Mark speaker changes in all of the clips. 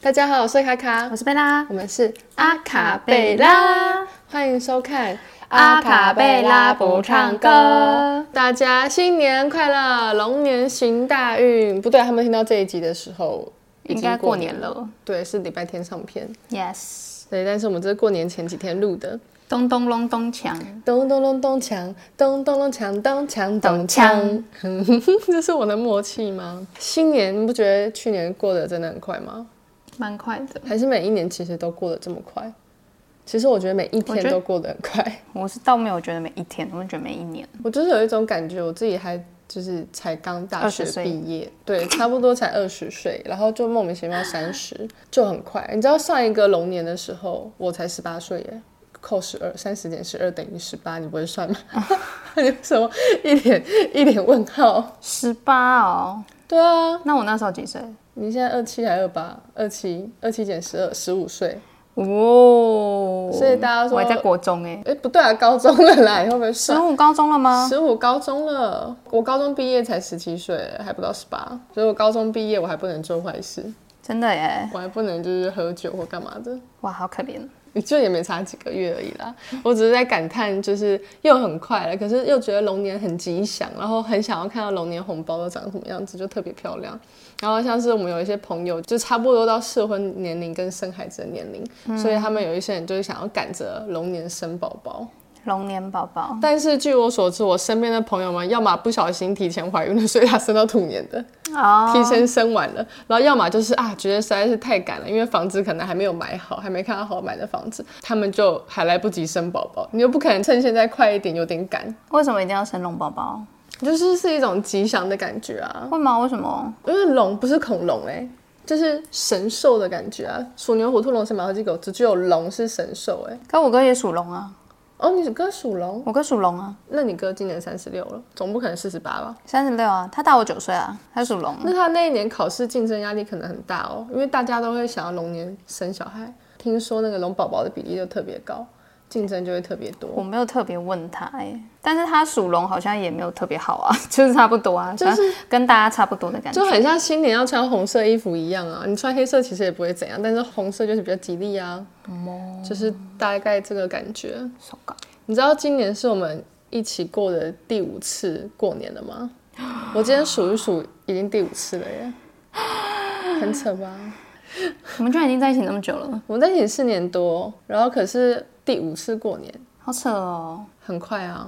Speaker 1: 大家好，我是卡卡
Speaker 2: 我，是贝拉，
Speaker 1: 我们是阿卡贝
Speaker 2: 贝
Speaker 1: 拉，
Speaker 2: 拉，
Speaker 1: 欢迎收看
Speaker 2: 阿卡贝拉不唱歌。
Speaker 1: 大家新年快乐，龙年行大运。不对，他们听到这一集的时候已
Speaker 2: 应
Speaker 1: 经
Speaker 2: 该过
Speaker 1: 年
Speaker 2: 年。了
Speaker 1: 对，是礼拜天上片。
Speaker 2: ，yes，
Speaker 1: 对，但是我们这是过年前几天录的。
Speaker 2: 咚咚隆咚锵，
Speaker 1: 咚咚咚咚锵，咚咚咚锵，咚锵咚
Speaker 2: 咚
Speaker 1: 锵
Speaker 2: 锵。
Speaker 1: 这是我的默契吗？新年你不觉得去年过得真的很快吗？
Speaker 2: 蛮快的。
Speaker 1: 还是每一年其实都过得这么快？其实我觉得每一天
Speaker 2: 觉得
Speaker 1: 都过得很快。
Speaker 2: 我是倒没有觉得每一天，我是觉得每一年。
Speaker 1: 我就是有一种感觉，我自己还就是才刚大学
Speaker 2: 20岁
Speaker 1: 毕业，对，差不多才二十岁，然后就莫名其妙三十，就很快。你知道上一个龙年的时候，我才十八岁耶，扣十二，三十减十二等于十八，你不会算吗？ 你为什么一脸一脸问号？
Speaker 2: 十八哦，
Speaker 1: 对啊，
Speaker 2: 那我那时候几岁？
Speaker 1: 你现在二七还二八？二七二七减十二，十五岁。
Speaker 2: 哦，
Speaker 1: 所以大家说
Speaker 2: 我还在国中哎，
Speaker 1: 哎，不对啊，高中了啦，你会不会
Speaker 2: 十
Speaker 1: 算？
Speaker 2: 五高中了吗？
Speaker 1: 十五高中了，我高中毕业才十七岁，还不到十八，所以我高中毕业我还不能做坏事，
Speaker 2: 真的耶，
Speaker 1: 我还不能就是喝酒或干嘛的。
Speaker 2: 哇，好可怜。
Speaker 1: 就也没差几个月而已啦，我只是在感叹，就是又很快了，可是又觉得龙年很吉祥，然后很想要看到龙年红包都长什么样子，就特别漂亮。然后像是我们有一些朋友，就差不多到适婚年龄跟生孩子的年龄，所以他们有一些人就是想要赶着龙年生宝宝。
Speaker 2: 龙年宝宝，
Speaker 1: 但是据我所知，我身边的朋友们，要么不小心提前怀孕了，所以她生到兔年的，
Speaker 2: 哦，
Speaker 1: 提前生完了；然后要么就是啊，觉得实在是太赶了，因为房子可能还没有买好，还没看到好买的房子，他们就还来不及生宝宝。你又不可能趁现在快一点，有点赶，
Speaker 2: 为什么一定要生龙宝宝？
Speaker 1: 就是是一种吉祥的感觉啊。
Speaker 2: 会吗？为什么？
Speaker 1: 因为龙不是恐龙哎、就是神兽的感觉啊。鼠、牛、虎、兔、龙、蛇、马、猴、鸡、狗，只只有龙是神兽哎、
Speaker 2: 可我哥也属龙啊，
Speaker 1: 哦，你哥属龙，
Speaker 2: 我哥属龙啊，
Speaker 1: 那你哥今年三十六了，总不可能四十八吧？
Speaker 2: 三十六啊，他大我九岁啊，他属龙。
Speaker 1: 那他那一年考试竞争压力可能很大哦，因为大家都会想要龙年生小孩，听说那个龙宝宝的比例就特别高，竞争就会特别多。
Speaker 2: 我没有特别问他哎、但是他属龙好像也没有特别好啊， 就是差不多啊，就是跟大家差不多的感觉。
Speaker 1: 就很像新年要穿红色衣服一样啊，你穿黑色其实也不会怎样，但是红色就是比较吉利啊，就是大概这个感觉。
Speaker 2: 手稿
Speaker 1: 你知道今年是我们一起过的第五次过年了吗？我今天数一数，已经第五次了耶，很扯吧？
Speaker 2: 我们居然已经在一起那么久了，
Speaker 1: 我们在一起四年多，然后可是第五次过年，
Speaker 2: 好扯哦！
Speaker 1: 很快啊，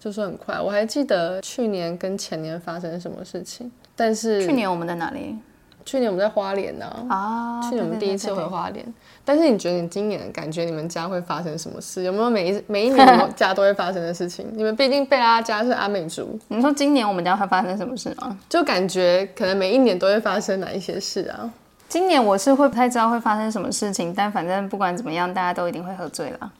Speaker 1: 就说很快。我还记得去年跟前年发生什么事情，但是
Speaker 2: 去年我们在哪里
Speaker 1: 去年我们在花莲呢、啊。
Speaker 2: 啊？
Speaker 1: 去年我们第一次
Speaker 2: 对
Speaker 1: 回
Speaker 2: 对对对
Speaker 1: 花莲，但是你觉得你今年感觉你们家会发生什么事？有没有 每一每一年你们家都会发生的事情？你们毕竟贝拉家是阿美族，
Speaker 2: 你说今年我们家会发生什么事吗？
Speaker 1: 就感觉可能每一年都会发生哪一些事 啊？
Speaker 2: 今年我是会不太知道会发生什么事情，但反正不管怎么样，大家都一定会喝醉啦。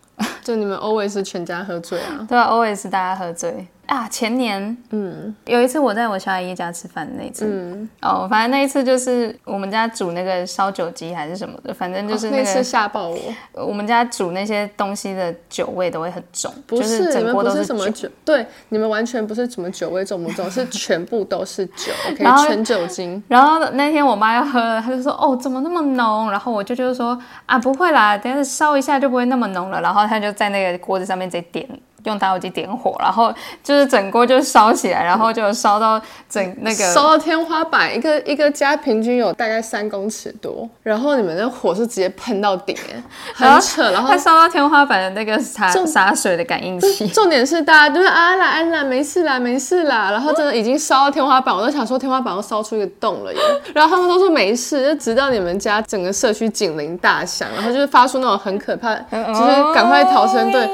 Speaker 1: 就你们 always 是全家喝醉啊？
Speaker 2: 对啊，always 大家喝醉啊。前年，嗯，有一次我在我小阿姨家吃饭那一次，嗯，哦，反正那一次就是我们家煮那个烧酒鸡还是什么的，反正就是
Speaker 1: 哦
Speaker 2: 那
Speaker 1: 那
Speaker 2: 个、
Speaker 1: 次吓爆我，
Speaker 2: 我们家煮那些东西的酒味都会很重，
Speaker 1: 不
Speaker 2: 就是
Speaker 1: 你
Speaker 2: 整
Speaker 1: 们
Speaker 2: 锅
Speaker 1: 不
Speaker 2: 都
Speaker 1: 什
Speaker 2: 酒。
Speaker 1: 么酒，对，你们完全不是什么酒味重不重，是全部都是酒，OK，
Speaker 2: 然后
Speaker 1: 全酒精。
Speaker 2: 然后那天我妈要喝了，她就说：“哦，怎么那么浓？”然后我舅舅就说：“啊，不会啦，等一下烧一下就不会那么浓了。”然后她就在那个锅子上面直接点，用打火机点火，然后就是整锅就烧起来，然后就烧到整那
Speaker 1: 烧
Speaker 2: 个
Speaker 1: 到天花板，一个一个家平均有大概三公尺多，然后你们那火是直接喷到顶，哎，很扯。然后
Speaker 2: 啊它烧到天花板的那个洒
Speaker 1: 重
Speaker 2: 洒水的感应器。
Speaker 1: 重点是大家都是啊啦啊啦，没事啦没事啦，然后真的已经烧到天花板，我都想说天花板都烧出一个洞 了耶。然后他们都说没事，就直到你们家整个社区警铃大响，然后就是发出那种很可怕，
Speaker 2: 嗯哦
Speaker 1: 就是赶快逃生，对，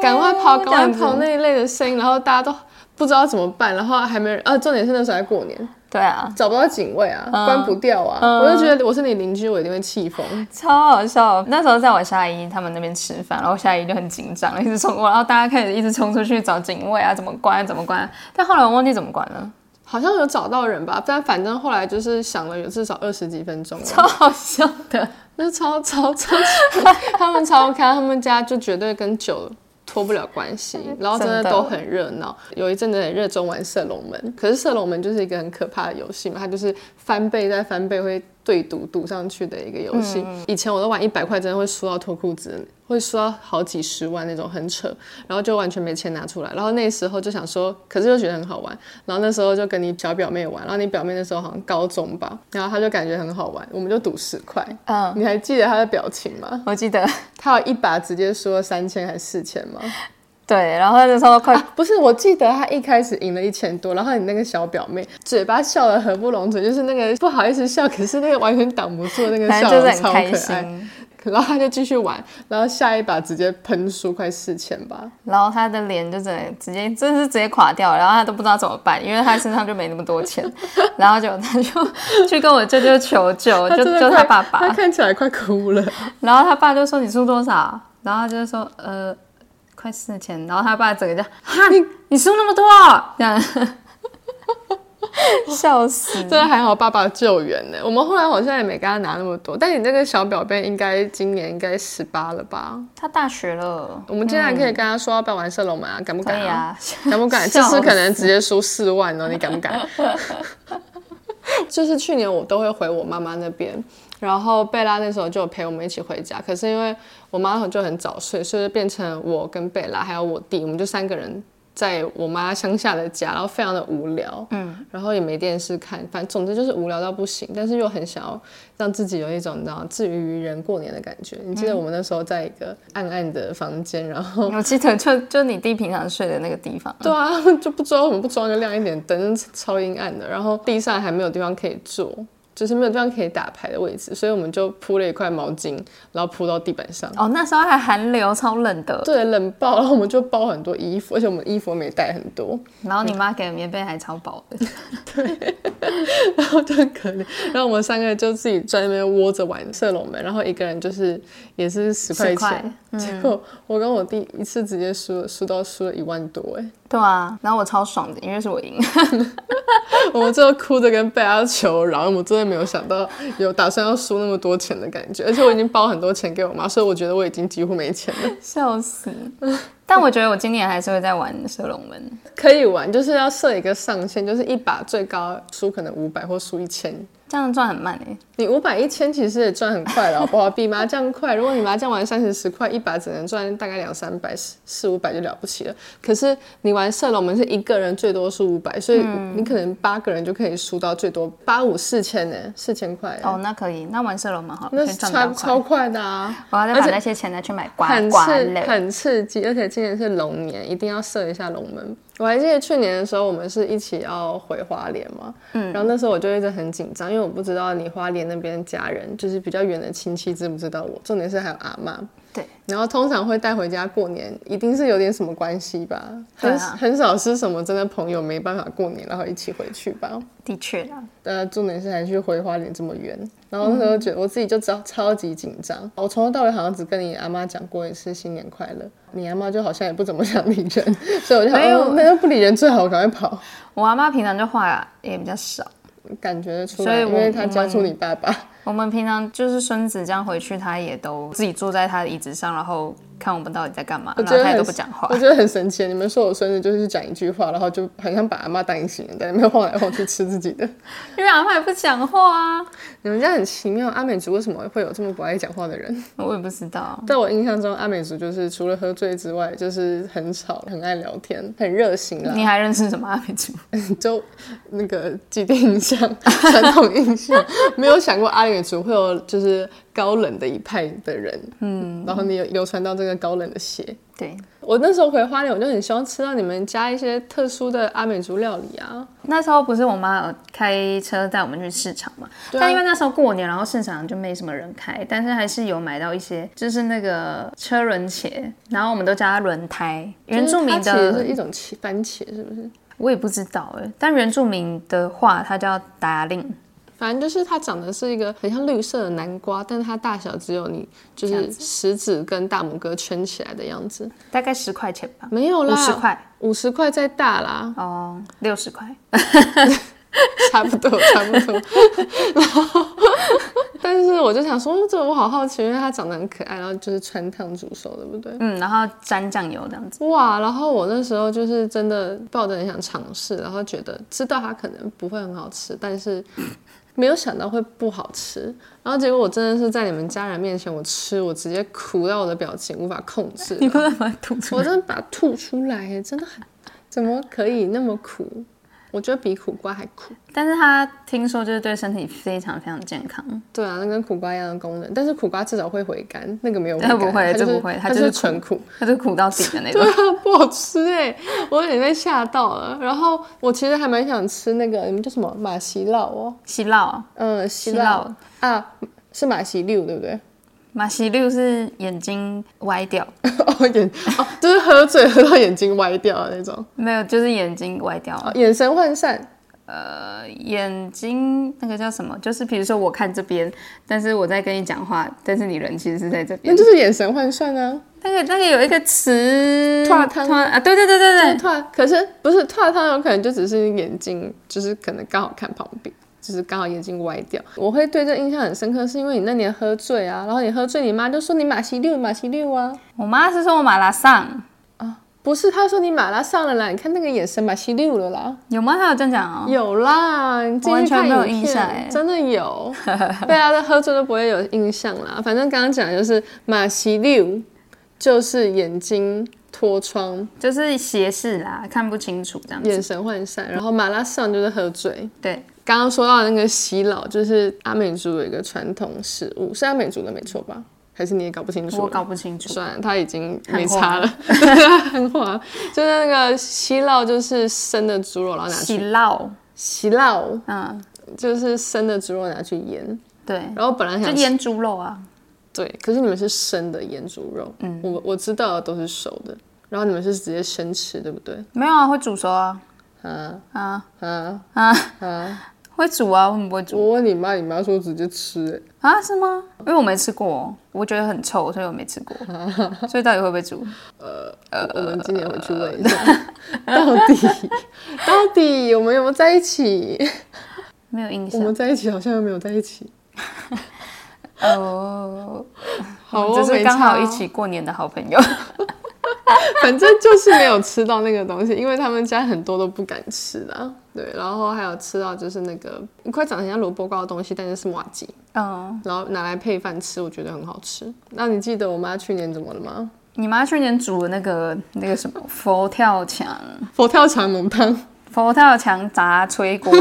Speaker 1: 赶快跑，赶快跑那一类的声音，然后大家都不知道怎么办，然后还没人，啊，重点是那时候还过年。
Speaker 2: 对啊，
Speaker 1: 找不到警卫啊，关不掉啊，我就觉得我是你邻居，我一定会气疯。
Speaker 2: 超好笑！那时候在我下姨他们那边吃饭，然后我下姨就很紧张，一直冲过来，然后大家开始一直冲出去找警卫啊，怎么关啊，怎么关啊、但后来我忘记怎么关了，
Speaker 1: 好像有找到人吧，但反正后来就是想了有至少二十几分钟了，啊
Speaker 2: 超好笑 的。
Speaker 1: 那超超超，他们超开，他们家就绝对跟酒脱不了关系，然后真的
Speaker 2: 真的
Speaker 1: 都很热闹。有一阵子很热衷玩射龙门，可是射龙门就是一个很可怕的游戏嘛，它就是翻倍再翻倍会对赌赌上去的一个游戏。
Speaker 2: 嗯
Speaker 1: 以前我都玩一百块，真的会输到脱裤子，会输到好几十万那种，很扯。然后就完全没钱拿出来。然后那时候就想说，可是又觉得很好玩。然后那时候就跟你小表妹玩，然后你表妹那时候好像高中吧，然后她就感觉很好玩，我们就赌十块。
Speaker 2: 嗯，
Speaker 1: 你还记得她的表情吗？
Speaker 2: 我记得，
Speaker 1: 她有一把直接输了三千还是四千吗？
Speaker 2: 对，然后那时 候快，
Speaker 1: 啊，不是，我记得他一开始赢了一千多，然后你那个小表妹嘴巴笑得合不拢嘴，就是那个不好意思笑，可是那个完全挡不住的那个
Speaker 2: 反正
Speaker 1: 笑
Speaker 2: 就
Speaker 1: 容，
Speaker 2: 是很
Speaker 1: 超
Speaker 2: 开
Speaker 1: 可爱。
Speaker 2: 心。
Speaker 1: 然后他就继续玩，然后下一把直接喷输快四千吧。
Speaker 2: 然后他的脸就整个直接，真是直接垮掉，然后他都不知道怎么办，因为他身上就没那么 多钱，然后就他就去跟我舅舅求救，就
Speaker 1: 真的
Speaker 2: 就
Speaker 1: 快
Speaker 2: 他爸爸，
Speaker 1: 他看起来快哭了。
Speaker 2: 然后他爸就说你输多少？然后他就说呃，快四千。然后他爸整个就 哈，你你输那么多哦，这样，, 笑死。
Speaker 1: 真的还好，爸爸救援呢。我们后来好像也没跟他拿那么多，但你那个小表妹应该今年应该十八了吧？
Speaker 2: 他大学了，
Speaker 1: 我们竟然可以跟他说要不要玩射龙门啊？敢不
Speaker 2: 嗯可
Speaker 1: 敢
Speaker 2: 以啊，
Speaker 1: 敢不敢？这
Speaker 2: 笑
Speaker 1: 次可能直接输四万哦，你敢不敢？ 就是去年我都会回我妈妈那边，然后贝拉那时候就有陪我们一起回家。可是因为我妈就很早睡，所以就变成我跟贝拉还有我弟，我们就三个人在我妈乡下的家，然后非常的无聊，嗯，然后也没电视看，反正总之就是无聊到不行，但是又很想要让自己有一种你知道自娱于人过年的感觉。你记得我们那时候在一个暗暗的房间，然后
Speaker 2: 我记得就就你弟平常睡的那个地方，
Speaker 1: 对啊，就不知道为什么不装就亮一点灯，超阴暗的。然后地上还没有地方可以坐，就是没有地方可以打牌的位置，所以我们就铺了一块毛巾，然后铺到地板上。
Speaker 2: 哦，那时候还寒流，超冷的。
Speaker 1: 对，冷爆，然后我们就包很多衣服，而且我们衣服没带很多，
Speaker 2: 然后你妈给的棉被还超薄的，
Speaker 1: 然后就很可怜。然后我们三个就自己在那边窝着玩射龙门，然后一个人就是也是十块
Speaker 2: 10块
Speaker 1: 钱，结果我跟我弟一次直接输了输到输了一万多哎、
Speaker 2: 对啊，然后我超爽的，因为是我赢。
Speaker 1: 我们最后哭着跟贝拉求饶，我们真的没有想到有打算要输那么多钱的感觉，而且我已经包很多钱给我妈，所以我觉得我已经几乎没钱了。
Speaker 2: 笑死！但我觉得我今年还是会再玩射龙门。
Speaker 1: 可以玩，就是要设一个上限，就是一把最高输可能五百或输一千。
Speaker 2: 这样赚很慢哎、
Speaker 1: 你五百一千其实也赚很快了，好不好？比麻将快。如 果你麻将玩三十十块，一把只能赚大概两三百、四四五百就了不起了。可是你玩射龙门是一个人最多输五百，所以你可能八个人就可以输到最多八五四千呢，四千块欸。
Speaker 2: 哦，那可以，那玩射龙门好了，
Speaker 1: 那
Speaker 2: 可以
Speaker 1: 是
Speaker 2: 赚比较
Speaker 1: 超超
Speaker 2: 快。
Speaker 1: 快的啊！
Speaker 2: 我要再
Speaker 1: 而
Speaker 2: 把
Speaker 1: 且
Speaker 2: 那些钱再去买瓜
Speaker 1: 很
Speaker 2: 瓜
Speaker 1: 刺
Speaker 2: 类。
Speaker 1: 很刺激，而且今年是龙年，一定要射一下龙门。我还记得去年的时候，我们是一起要回花莲嘛，嗯，然后那时候我就一直很紧张，因为我不知道你花莲那边家人，就是比较远的亲戚知不知道我，重点是还有阿嬷。
Speaker 2: 对，
Speaker 1: 然后通常会带回家过年，一定是有点什么关系吧，很、
Speaker 2: 对啊
Speaker 1: 很少是什么真的朋友没办法过年，然后一起回去吧。
Speaker 2: 的确啦，
Speaker 1: 呃，重点是还去回花莲这么远，然后那时候觉得我自己就超超级紧张。我从头到尾好像只跟你阿妈讲过一次新年快乐，你阿妈就好像也不怎么想理人， 所以我就想，
Speaker 2: 没有
Speaker 1: 哦、那就不理人最好，赶快跑。
Speaker 2: 我阿妈平常就话也比较少，
Speaker 1: 感觉得出
Speaker 2: 所
Speaker 1: 来，
Speaker 2: 以
Speaker 1: 因
Speaker 2: 我
Speaker 1: 为她教出你爸爸，
Speaker 2: 我们平常就是孙子这样回去，他也都自己坐在他的椅子上，然后看我们到底在干嘛，
Speaker 1: 我
Speaker 2: 然
Speaker 1: 觉
Speaker 2: 后
Speaker 1: 得
Speaker 2: 他也
Speaker 1: 很
Speaker 2: 都不讲话
Speaker 1: 我。觉得很神奇。你们说我孙子就是讲一句话，然后就很像把阿妈当隐形人，在那边晃来晃去吃自己的。
Speaker 2: 因为阿妈也不讲话啊，
Speaker 1: 你们家很奇妙，阿美族为什么会有这么不爱讲话的人？
Speaker 2: 我也不知道。
Speaker 1: 在我印象中，阿美族就是除了喝醉之外，就是很吵、很爱聊天、很热情啦。
Speaker 2: 你还认识什么阿美族？
Speaker 1: 就那个既定印象、传统印象，没有想过阿美族会有就是高冷的一派的人。嗯，然后你有流传到这个高冷的血。
Speaker 2: 对，
Speaker 1: 我那时候回花莲，我就很希望吃到你们家一些特殊的阿美族料理啊。
Speaker 2: 那时候不是我妈有开车带我们去市场嘛？
Speaker 1: 对啊
Speaker 2: 但因为那时候过年，然后市场就没什么人开，但是还是有买到一些，就是那个车轮茄，然后我们都叫它轮胎。原住民
Speaker 1: 就是它其实
Speaker 2: 的
Speaker 1: 是一种茄番茄，是不是？
Speaker 2: 我也不知道哎，但原住民的话，它叫达令，
Speaker 1: 反正就是它长得是一个很像绿色的南瓜，但是它大小只有你就是食指跟大拇哥圈起来的样子。
Speaker 2: 大概十块钱吧，
Speaker 1: 没有啦，啊
Speaker 2: 五十，块
Speaker 1: 五十块再大啦，
Speaker 2: 哦，六十块。
Speaker 1: 差不多，差不多。然 后，但是我就想说，嗯这个我好好奇，因为它长得很可爱，然后就是穿烫煮熟，对不对？
Speaker 2: 嗯，然后沾酱油这样子。
Speaker 1: 哇！然后我那时候就是 真的抱着很想尝试，然后觉得知道它可能不会很好吃，但是没有想到会不好吃，然后结果我真的是在你们家人面前，我吃我直接哭到我的表情无法控 制，
Speaker 2: 你不能把它吐出
Speaker 1: 我
Speaker 2: 来。
Speaker 1: 真的把它吐出来耶，真的很，怎么可以那么苦？我觉得比苦瓜还苦。
Speaker 2: 但是它听说就是对身体非常非常健康，
Speaker 1: 对啊，那跟苦瓜一样的功能，但是苦瓜至少会回甘，那个没有回
Speaker 2: 它
Speaker 1: 甘。
Speaker 2: 不会
Speaker 1: 它就是
Speaker 2: 这不会
Speaker 1: 它
Speaker 2: 它就是
Speaker 1: 是纯苦。
Speaker 2: 它就苦到底的那
Speaker 1: 对
Speaker 2: 种。
Speaker 1: 啊， 不好吃哎、我有点被吓到了。然后我其实还蛮想吃那个，你们叫什么马西酪哦？
Speaker 2: 西酪、
Speaker 1: 嗯，西
Speaker 2: 西
Speaker 1: 酪
Speaker 2: 酪
Speaker 1: 啊，是马西六对不 对？
Speaker 2: 马西六是眼睛歪掉，
Speaker 1: 哦眼哦，就是喝醉喝到眼睛歪掉的那种，
Speaker 2: 没有，就是眼睛歪掉。
Speaker 1: 哦、眼神涣散。
Speaker 2: 呃，眼睛那个叫什么？就是比如说我看这边，但是我在跟你讲话，但是你人其实是在这边
Speaker 1: 那。就是眼神涣散啊，
Speaker 2: 那个那个有一个词，
Speaker 1: 拓汤
Speaker 2: 啊，对对对对对，
Speaker 1: 突然可是不是突然他有可能就只是眼睛，就是可能刚好看旁边，就是刚好眼睛歪掉。我会对这印象很深刻，是因为你那年喝醉啊，然后你喝醉，你妈就说你马西六马西六啊，
Speaker 2: 我妈是说我马拉上，
Speaker 1: 不是，她说你马拉上了啦，你看那个眼神马西六了啦，
Speaker 2: 有吗？她有这样讲哦。
Speaker 1: 有啦，你进
Speaker 2: 完
Speaker 1: 去
Speaker 2: 全
Speaker 1: 看
Speaker 2: 没有
Speaker 1: 影
Speaker 2: 印象欸
Speaker 1: 片，真的有， 大家在喝醉都不会有印象啦。反正刚刚讲的就是马西六，就是眼睛脱窗，
Speaker 2: 就是斜视啦，看不清楚这样子。
Speaker 1: 眼神涣散，然后马拉上就是喝醉。
Speaker 2: 对，
Speaker 1: 刚刚说到那个洗脑，就是阿美族有一个传统食物，是阿美族的没错吧？还是你也搞不清楚？
Speaker 2: 我搞不清楚。
Speaker 1: 算了，他已经没差了， 很滑。就是那个洗脑，就是生的猪肉，然后拿去
Speaker 2: 洗烙，
Speaker 1: 洗脑，
Speaker 2: 嗯，
Speaker 1: 就是生的猪肉拿去腌。
Speaker 2: 对，
Speaker 1: 然后本来
Speaker 2: 就
Speaker 1: 想
Speaker 2: 腌猪肉啊。
Speaker 1: 对，可是你们是生的腌猪肉，嗯，我我知道的都是熟的，然后你们是直接生吃，对不对？
Speaker 2: 没有啊，会煮熟啊，
Speaker 1: 啊
Speaker 2: 啊
Speaker 1: 啊！
Speaker 2: 啊会煮啊，我们不会煮
Speaker 1: 我问你妈，你妈说直接吃、欸
Speaker 2: 啊？是吗？因为我没吃过，我觉得很臭，所以我没吃过。所以到底会不会煮？
Speaker 1: 我们今年回去问一下， 到底到底我们有没有在一起？
Speaker 2: 没有印
Speaker 1: 我
Speaker 2: 象。
Speaker 1: 们在一起好像又没有在一起。
Speaker 2: 哦，
Speaker 1: 好
Speaker 2: 我们就是刚好一，
Speaker 1: 没哦
Speaker 2: 起过年的好朋友。
Speaker 1: 差 反正就是没有吃到那个东西，因为他们家很多都不敢吃的啊。对，然后还有吃到就是那个快长得像萝卜糕的东西，但是是瓦吉，
Speaker 2: 嗯，
Speaker 1: 然后拿来配饭吃，我觉得很好吃。那你记得我妈去年怎么了吗？
Speaker 2: 你妈去年煮的那个那个什么佛跳墙，
Speaker 1: 佛跳墙浓
Speaker 2: 哦
Speaker 1: 汤，
Speaker 2: 佛跳墙炸炊锅，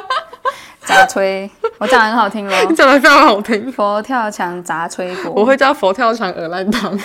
Speaker 2: 炸炊，我讲得很好听哦。
Speaker 1: 讲的非常好听。
Speaker 2: 佛跳墙炸炊
Speaker 1: 我
Speaker 2: 锅，
Speaker 1: 会叫佛跳墙鹅烂汤，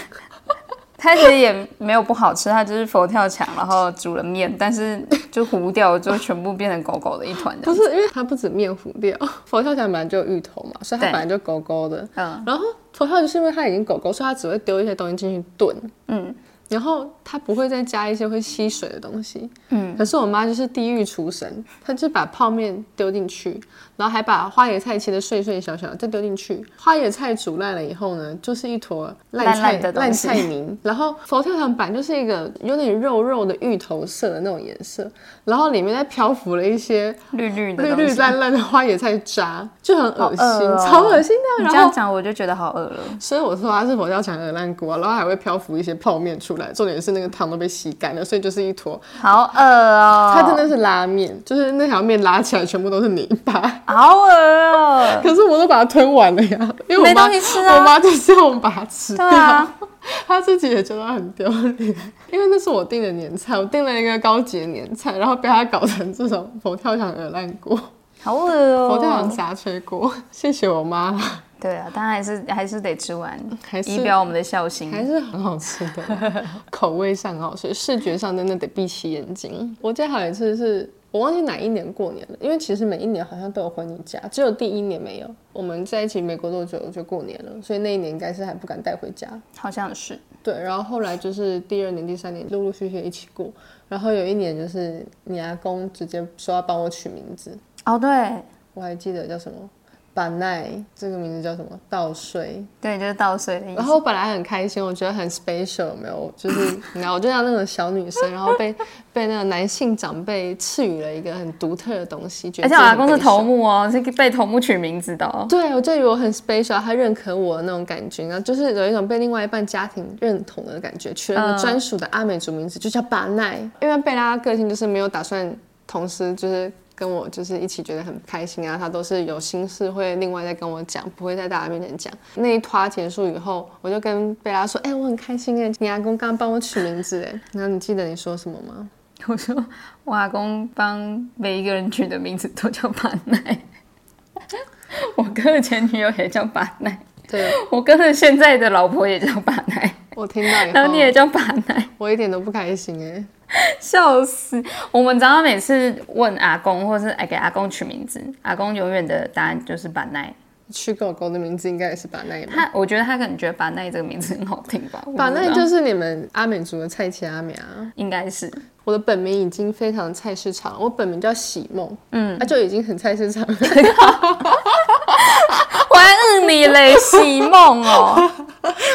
Speaker 2: 它其实也没有不好吃，它就是佛跳墙，然后煮了面，但是就糊掉，就全部变成狗狗的一团这
Speaker 1: 不
Speaker 2: 样。
Speaker 1: 是因为它不止面糊掉， 佛跳墙本来就有芋头嘛，所以它
Speaker 2: 对
Speaker 1: 本来就勾勾的。
Speaker 2: 嗯，
Speaker 1: 然后佛跳墙就是因为它已经狗狗，所以它只会丢一些东西进去炖。
Speaker 2: 嗯，
Speaker 1: 然后它不会再加一些会吸水的东西。嗯，可是我妈就是地狱厨神，她就把泡面丢进去，然后还把花椰菜切的碎碎小小的再丢进去。花椰菜煮烂了以后呢，就是一坨烂
Speaker 2: 烂
Speaker 1: 菜
Speaker 2: 烂的东
Speaker 1: 烂
Speaker 2: 西
Speaker 1: 菜泥。然后佛跳墙板就是一个有点肉肉的芋头色的那种颜色，然后里面再漂浮了一些。
Speaker 2: 绿绿的
Speaker 1: 绿
Speaker 2: 东西。
Speaker 1: 绿烂烂的花椰菜渣，就很恶
Speaker 2: 好
Speaker 1: 心，
Speaker 2: 饿哦
Speaker 1: 超恶心的。
Speaker 2: 你
Speaker 1: 然
Speaker 2: 这
Speaker 1: 后
Speaker 2: 样讲我就觉得好饿哦了。
Speaker 1: 所以我说它是佛跳墙鹅烂锅、啊，然后还会漂浮一些泡面出来，重点是那个汤都被吸干了，所以就是一坨。
Speaker 2: 好饿哦！
Speaker 1: 它真的是拉面，就是那条面拉起来全部都是泥巴，
Speaker 2: 好恶哦！
Speaker 1: 可是我都把它吞完了呀，因为我妈
Speaker 2: 没东西吃啊
Speaker 1: 我妈就是要我们把它吃掉，
Speaker 2: 对啊
Speaker 1: 她自己也觉得很丢脸，因为那是我订的年菜，我订了一个高级的年菜，然后被她搞成这种佛跳墙鹅烂锅、
Speaker 2: 好恶哦！
Speaker 1: 佛跳墙炸炊锅，谢谢我妈啦。
Speaker 2: 对啊，但还是还是得吃完，
Speaker 1: 还是
Speaker 2: 以表我们的孝心。
Speaker 1: 还是很好吃的啦，口味上很好吃，视觉上真的得闭起眼睛。我记得还有一次是我忘记哪一年过年了，因为其实每一年好像都有回你家，只有第一年没有。我们在一起没过多久就过年了，所以那一年应该是还不敢带回家。
Speaker 2: 好像是
Speaker 1: 对，然后后来就是第二年、第三年陆陆续续一起过，然后有一年就是你阿公直接说要帮我取名字，
Speaker 2: 哦，对
Speaker 1: 我还记得叫什么。把奈这个名字叫什么？稻穗，
Speaker 2: 对，就是稻穗的意
Speaker 1: 然
Speaker 2: 思。
Speaker 1: 后我本来很开心，我觉得很 special，有没有，就是 你知道，我就像那种小女生，然后被被那个男性长辈赐予了一个很独特的东西，觉得
Speaker 2: 而且
Speaker 1: 自
Speaker 2: 我
Speaker 1: 己很
Speaker 2: 阿公是
Speaker 1: special
Speaker 2: 头目哦，是被头目取名字的哦。
Speaker 1: 对，我就以为我很 special，他认可我的那种感觉，然后就是有一种被另外一半家庭认同的感觉，取了一个专属的阿美族名字，就叫巴奈。因为贝拉的个性就是没有打算同时就是跟我就是一起觉得很开心啊，他都是有心事会另外再跟我讲，不会在大家面前讲。那一趴结束以后，我就跟贝拉说：“哎、我很开心哎，你阿公刚刚帮我取名字哎。”然后你记得你说什么吗？
Speaker 2: 我说我阿公帮每一个人取的名字都叫把奈， 我哥的前女友也叫把奈，
Speaker 1: 对
Speaker 2: 我哥的现在的老婆也叫把奈，
Speaker 1: 我听到以
Speaker 2: 然后你也
Speaker 1: 后，
Speaker 2: 叫把奈，
Speaker 1: 我一点都不开心哎。
Speaker 2: 笑死！我们常常每次问阿公，或是哎给阿公取名字，阿公永远的答案就是把奈。
Speaker 1: 取狗狗的名字应该也是把奈吧？
Speaker 2: 他我觉得他可能觉得把奈这个名字很好听吧，
Speaker 1: 把
Speaker 2: 我
Speaker 1: 奈
Speaker 2: 不知道
Speaker 1: 就是你们阿美族的菜奇阿美啊。
Speaker 2: 应该是
Speaker 1: 我的本名已经非常菜市场了，我本名叫喜梦，嗯，那、就已经很菜市场了。
Speaker 2: 我还日你嘞，喜梦哦，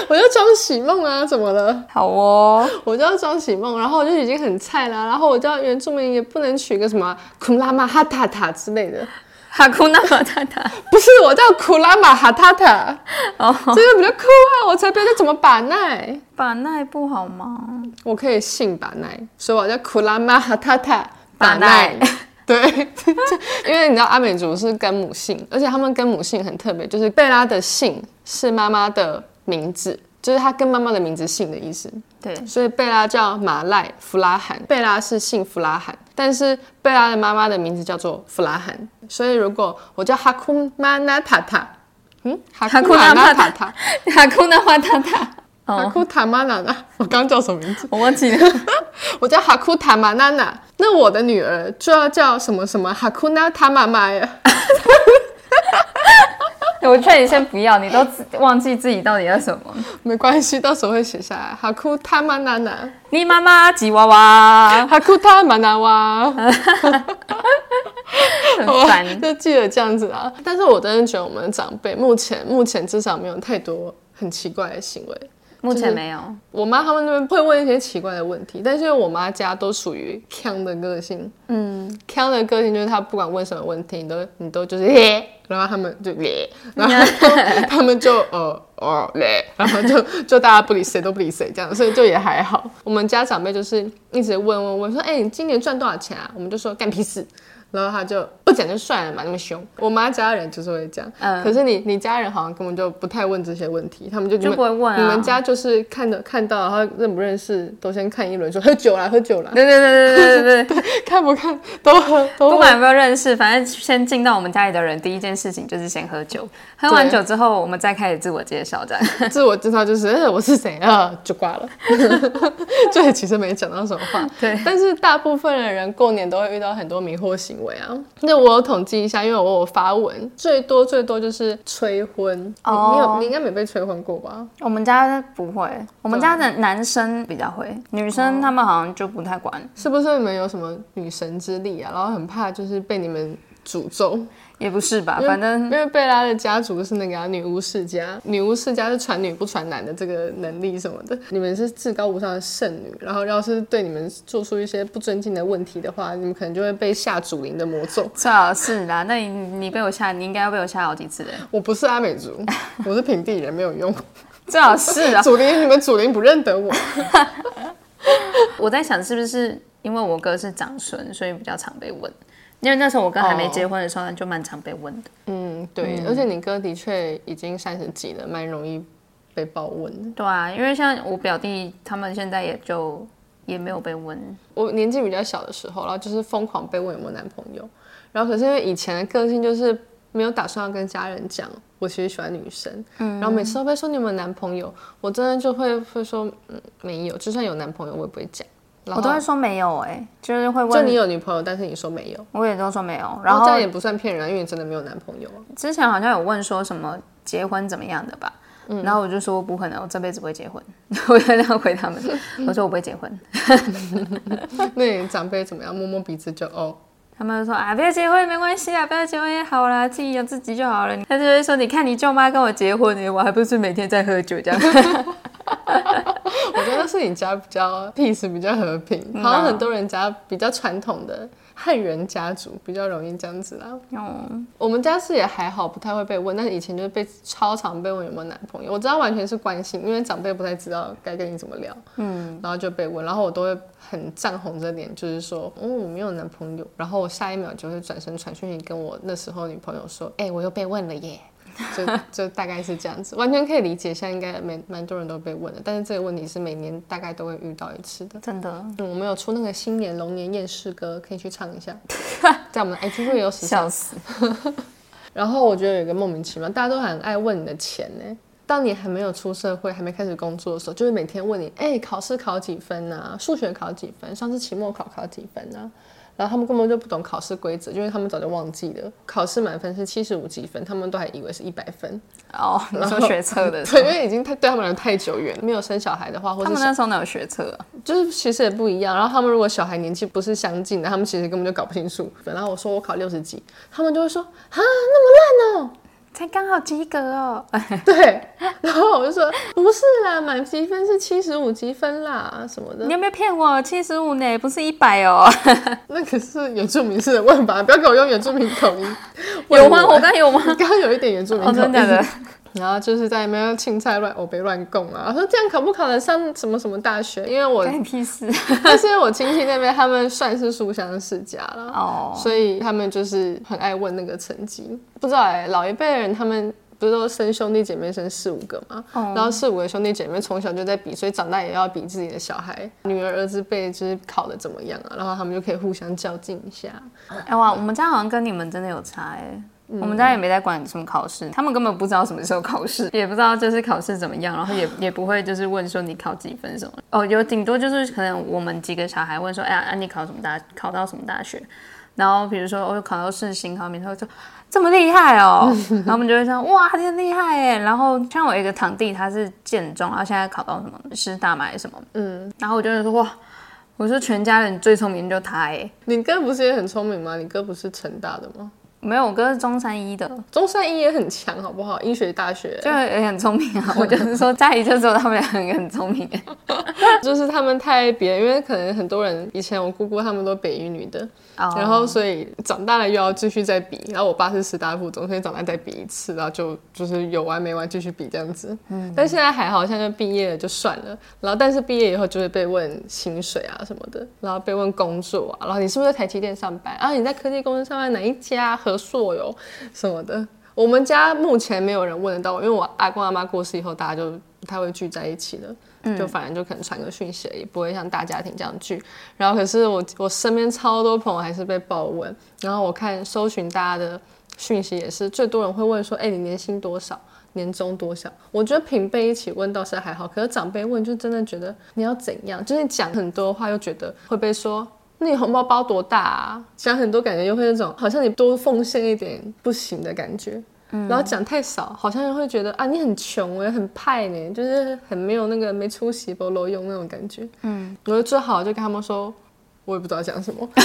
Speaker 1: 我就装喜梦啊，怎么了？
Speaker 2: 好哦，
Speaker 1: 我就要装喜梦，然后我就已经很菜啦，然后我叫原住民也不能取个什么库拉玛哈塔塔之类的，
Speaker 2: 哈库纳马塔塔，
Speaker 1: 不是我叫库拉玛哈塔塔，
Speaker 2: 哦，
Speaker 1: 这个比较酷啊，我才不要叫怎么把奈，
Speaker 2: 把奈不好吗？
Speaker 1: 我可以姓把奈，所以我叫库拉玛哈塔塔
Speaker 2: 把奈。
Speaker 1: 对，因为你知道阿美族是跟母姓，而且他们跟母姓很特别，就是贝拉的姓是妈妈的名字，就是她跟妈妈的名字姓的意思。
Speaker 2: 对，
Speaker 1: 所以贝拉叫马赖弗拉罕，贝拉是姓弗拉罕，但是贝拉的妈妈的名字叫做弗拉罕，所以如果我叫哈库玛纳塔塔，嗯，哈库玛纳塔塔，
Speaker 2: 哈库纳马塔塔，
Speaker 1: 哈
Speaker 2: 哦，
Speaker 1: 库塔玛纳纳，我刚叫什么名字？
Speaker 2: 我忘记了，
Speaker 1: 我叫哈库塔玛纳纳，那我的女儿就要叫什么什么哈库纳塔玛玛呀？
Speaker 2: 我劝你先不要，你都自忘记自己到底要什么。
Speaker 1: 没关系，到时候会写下来。哈库塔玛纳纳，
Speaker 2: 你妈妈吉娃娃，
Speaker 1: 哈库塔玛纳哇。
Speaker 2: 很
Speaker 1: 我
Speaker 2: 烦。
Speaker 1: 就记得这样子啊。但是我真的觉得我们的长辈目前目前至少没有太多很奇怪的行为。
Speaker 2: 目前没有，
Speaker 1: 我妈他们那边会问一些奇怪的问题，但是因为我妈家都属于强的个性，嗯，强的个性就是她不管问什么问题，你都你都就是咧，然后他们就咧，然后他们就呃哦咧，然后就 就大家不理谁都不理谁这样，所以就也还好。我们家长辈就是一直问问问说，哎、你今年赚多少钱啊？我们就说干屁事。然后他就不讲就算了嘛，那么凶。我妈家人就是会这样，
Speaker 2: 嗯
Speaker 1: 可是你你家人好像根本就不太问这些问题，他们就
Speaker 2: 就不会问啊
Speaker 1: 你们家就是看的看到，然后认不认识都先看一轮，说喝酒啦，喝酒啦，
Speaker 2: 对对对对 对对对，
Speaker 1: 看不看都 喝都喝。
Speaker 2: 不管有没有认识，反正先进到我们家里的人，第一件事情就是先喝酒，喝完
Speaker 1: 对
Speaker 2: 酒之后，我们再开始自我介绍，这样。
Speaker 1: 自我介绍就是、呃、我是谁啊，就挂 了。就其实没讲到什么话。
Speaker 2: 对
Speaker 1: 但是大部分的人过年都会遇到很多迷惑行为啊。那我有统计一下，因为我有发文，最多最多就是催婚。
Speaker 2: 哦
Speaker 1: 你你有你应该没被催婚过吧？
Speaker 2: 我们家不会，我们家的男生比较会，女生他们好像就不太管，
Speaker 1: 是不是你们有什么女神之力啊？然后很怕就是被你们诅咒。
Speaker 2: 也不是吧，反正
Speaker 1: 因为贝拉的家族是那个、啊、女巫世家，女巫世家是传女不传男的这个能力什么的。你们是至高无上的圣女，然后要是对你们做出一些不尊敬的问题的话，你们可能就会被下祖灵的魔咒。
Speaker 2: 最好是啦。那你你被我吓，你应该要被我吓好几次的。
Speaker 1: 我不是阿美 族，我是平地人，没有用。
Speaker 2: 最好是啊，
Speaker 1: 祖灵，你们祖灵不认得我。
Speaker 2: 我在想是不是因为我哥是长孙，所以比较常被问。因为那时候我哥还没结婚的时候，就蛮常被问的。
Speaker 1: 嗯，对，而且你哥的确已经三十几了，蛮容易被爆问的。
Speaker 2: 对啊，因为像我表弟他们现在也就也没有被问。
Speaker 1: 我年纪比较小的时候，然后就是疯狂被问有没有男朋友，然后可是因为以前的个性就是没有打算要跟家人讲我其实喜欢女生，
Speaker 2: 嗯
Speaker 1: 然后每次都被说你有没有男朋友，我真的就会会说嗯没有，就算有男朋友我也不会讲，然
Speaker 2: 我
Speaker 1: 后
Speaker 2: 都会说没有、哎，就是会
Speaker 1: 就
Speaker 2: 问，
Speaker 1: 你有女朋友，但是你说没有，
Speaker 2: 我也都说没有。然后
Speaker 1: 这样也不算骗人啊，因为你真的没有男 朋友啊。
Speaker 2: 之前好像有问说什么结婚怎么样的吧，然后我就说我不可能，我这辈子不会结婚， 我就这样回他 们，我说我不会结婚，
Speaker 1: 那你长辈怎么样？摸摸鼻子就哦，
Speaker 2: 他们就说啊不要结婚没关系啊，不要结婚也好啦，自己养自己就好了。他就会说你看你舅妈跟我结婚呢，我还不是每天在喝酒这样，
Speaker 1: 我觉得是你家比较 peace，比较和平，好像很多人家比较传统的，汉人家族比较容易这样子啦。
Speaker 2: 哦，
Speaker 1: 我们家是也还好，不太会被问，但是以前就是被超常被问有没有男朋友。我知道完全是关心，因为长辈不太知道该跟你怎么聊，嗯，然后就被问，然后我都会很涨红着脸，就是说，嗯，我没有男朋友。然后我下一秒就会转身传讯息跟我那时候女朋友说，哎、我又被问了耶。就就大概是这样子，完全可以理解。现在应该蛮蛮多人都被问的，但是这个问题是每年大概都会遇到一次的。
Speaker 2: 真的
Speaker 1: 嗯，我们有出那个新年龙年厌世歌，可以去唱一下，在我们的 IG 会有史上
Speaker 2: 笑死。
Speaker 1: 然后我觉得有一个莫名其妙，大家都很爱问你的钱呢。当你还没有出社会，还没开始工作的时候，就会每天问你，哎，考试考几分呐、数学考几分？上次期末考考几分呐、啊然后他们根本就不懂考试规则，因为他们早就忘记了，考试满分是七十五几分，他们都还以为是一百分，
Speaker 2: 哦，你说学测 的时
Speaker 1: 对，
Speaker 2: 候，
Speaker 1: 因为已经太对他们来说太久远了。没有生小孩的话，或
Speaker 2: 他
Speaker 1: 者
Speaker 2: 们那时候哪有学测啊？
Speaker 1: 就是其实也不一样。然后他们如果小孩年纪不是相近的，他们其实根本就搞不清楚。然后我说我考六十几，他们就会说啊那么烂哦、
Speaker 2: 才刚好及格哦。
Speaker 1: 对，然后我就说不是啦，满积分是七十五积分啦，什么的
Speaker 2: 你。有没有骗我？七十五呢，不是一百哦。
Speaker 1: 那可是原住民式的问法，不要给我用原住民口音。
Speaker 2: 有吗？我
Speaker 1: 问
Speaker 2: 刚 有吗？
Speaker 1: 刚刚有一点原住民口
Speaker 2: 哦，
Speaker 1: 音。
Speaker 2: 真的假 的。
Speaker 1: 然后就是在那边青菜乱，我被乱供啊，说这样考不考得上什么什么大学？因为 我
Speaker 2: 关你屁事。
Speaker 1: 但是因为我亲戚那边他们算是书香世家了，
Speaker 2: 哦，
Speaker 1: 所以他们就是很爱问那个成绩。不知道哎、老一辈人他们不是都生兄弟姐妹生四五个嘛？
Speaker 2: 哦
Speaker 1: 然后四五个兄弟姐妹从小就在比，所以长大也要比自己的小孩、女儿、儿子辈就是考的怎么样啊，然后他们就可以互相较劲一下。
Speaker 2: 哎哇，我们家好像跟你们真的有差哎。我们家也没在管什么考试，他们根本不知道什么时候考试， 也不知道就是考试怎么样，然后也 也不会就是问说你考几分什么。哦，有顶多就是可能我们几个小孩问说，哎呀，啊、你考什么大，考到什么大学？然后比如说我、哦、考到世新，考到名校，就这么厉害 哦，然后我们就会说哇，真的厉害哎。然后像我有一个堂弟，他是建中，然后现在考到什么师大嘛还是什么，嗯，然后我就会说哇，我说全家人最聪明就他哎，
Speaker 1: 你哥不是也很聪明吗？你哥不是成大的吗？
Speaker 2: 没有，我哥是中山一的，
Speaker 1: 中山医也很强，好不好？医学大学
Speaker 2: 就也很聪明啊。我 就是说，家里就只有他们两个人很聪明。
Speaker 1: 就是他们太爱别人，因为可能很多人以前我姑姑他们都北一女的，
Speaker 2: 哦
Speaker 1: 然后所以长大了又要继续再比，然后我爸是师大附中，所以长大再比一次，然后就就是有完没完继续比这样子。嗯，但现在还好，现在就毕业了就算了。然后但是毕业以后就会被问薪水啊什么的，然后被问工作啊，然后你是不是在台积电上班啊？你在科技公司上班哪一家？和硕哟什么的。我们家目前没有人问得到我，因为我阿公阿妈过世以后，大家就不太会聚在一起了。就反正就可能传个讯息而已，不会像大家庭这样聚。然后可是我我身边超多朋友还是被爆问，然后我看搜寻大家的讯息也是最多人会问说，哎、你年薪多少？年终多少？我觉得平辈一起问倒是还好，可是长辈问就真的觉得你要怎样，就是讲很多话又觉得会被说。那你红包包多大啊？讲很多感觉又会那种好像你多奉献一点不行的感觉。然后讲太少，好像会觉得啊，你很穷哎，很派呢，就是很没有那个没出息、不楼用那种感觉。嗯，我就最好就跟他们说，我也不知道讲什么。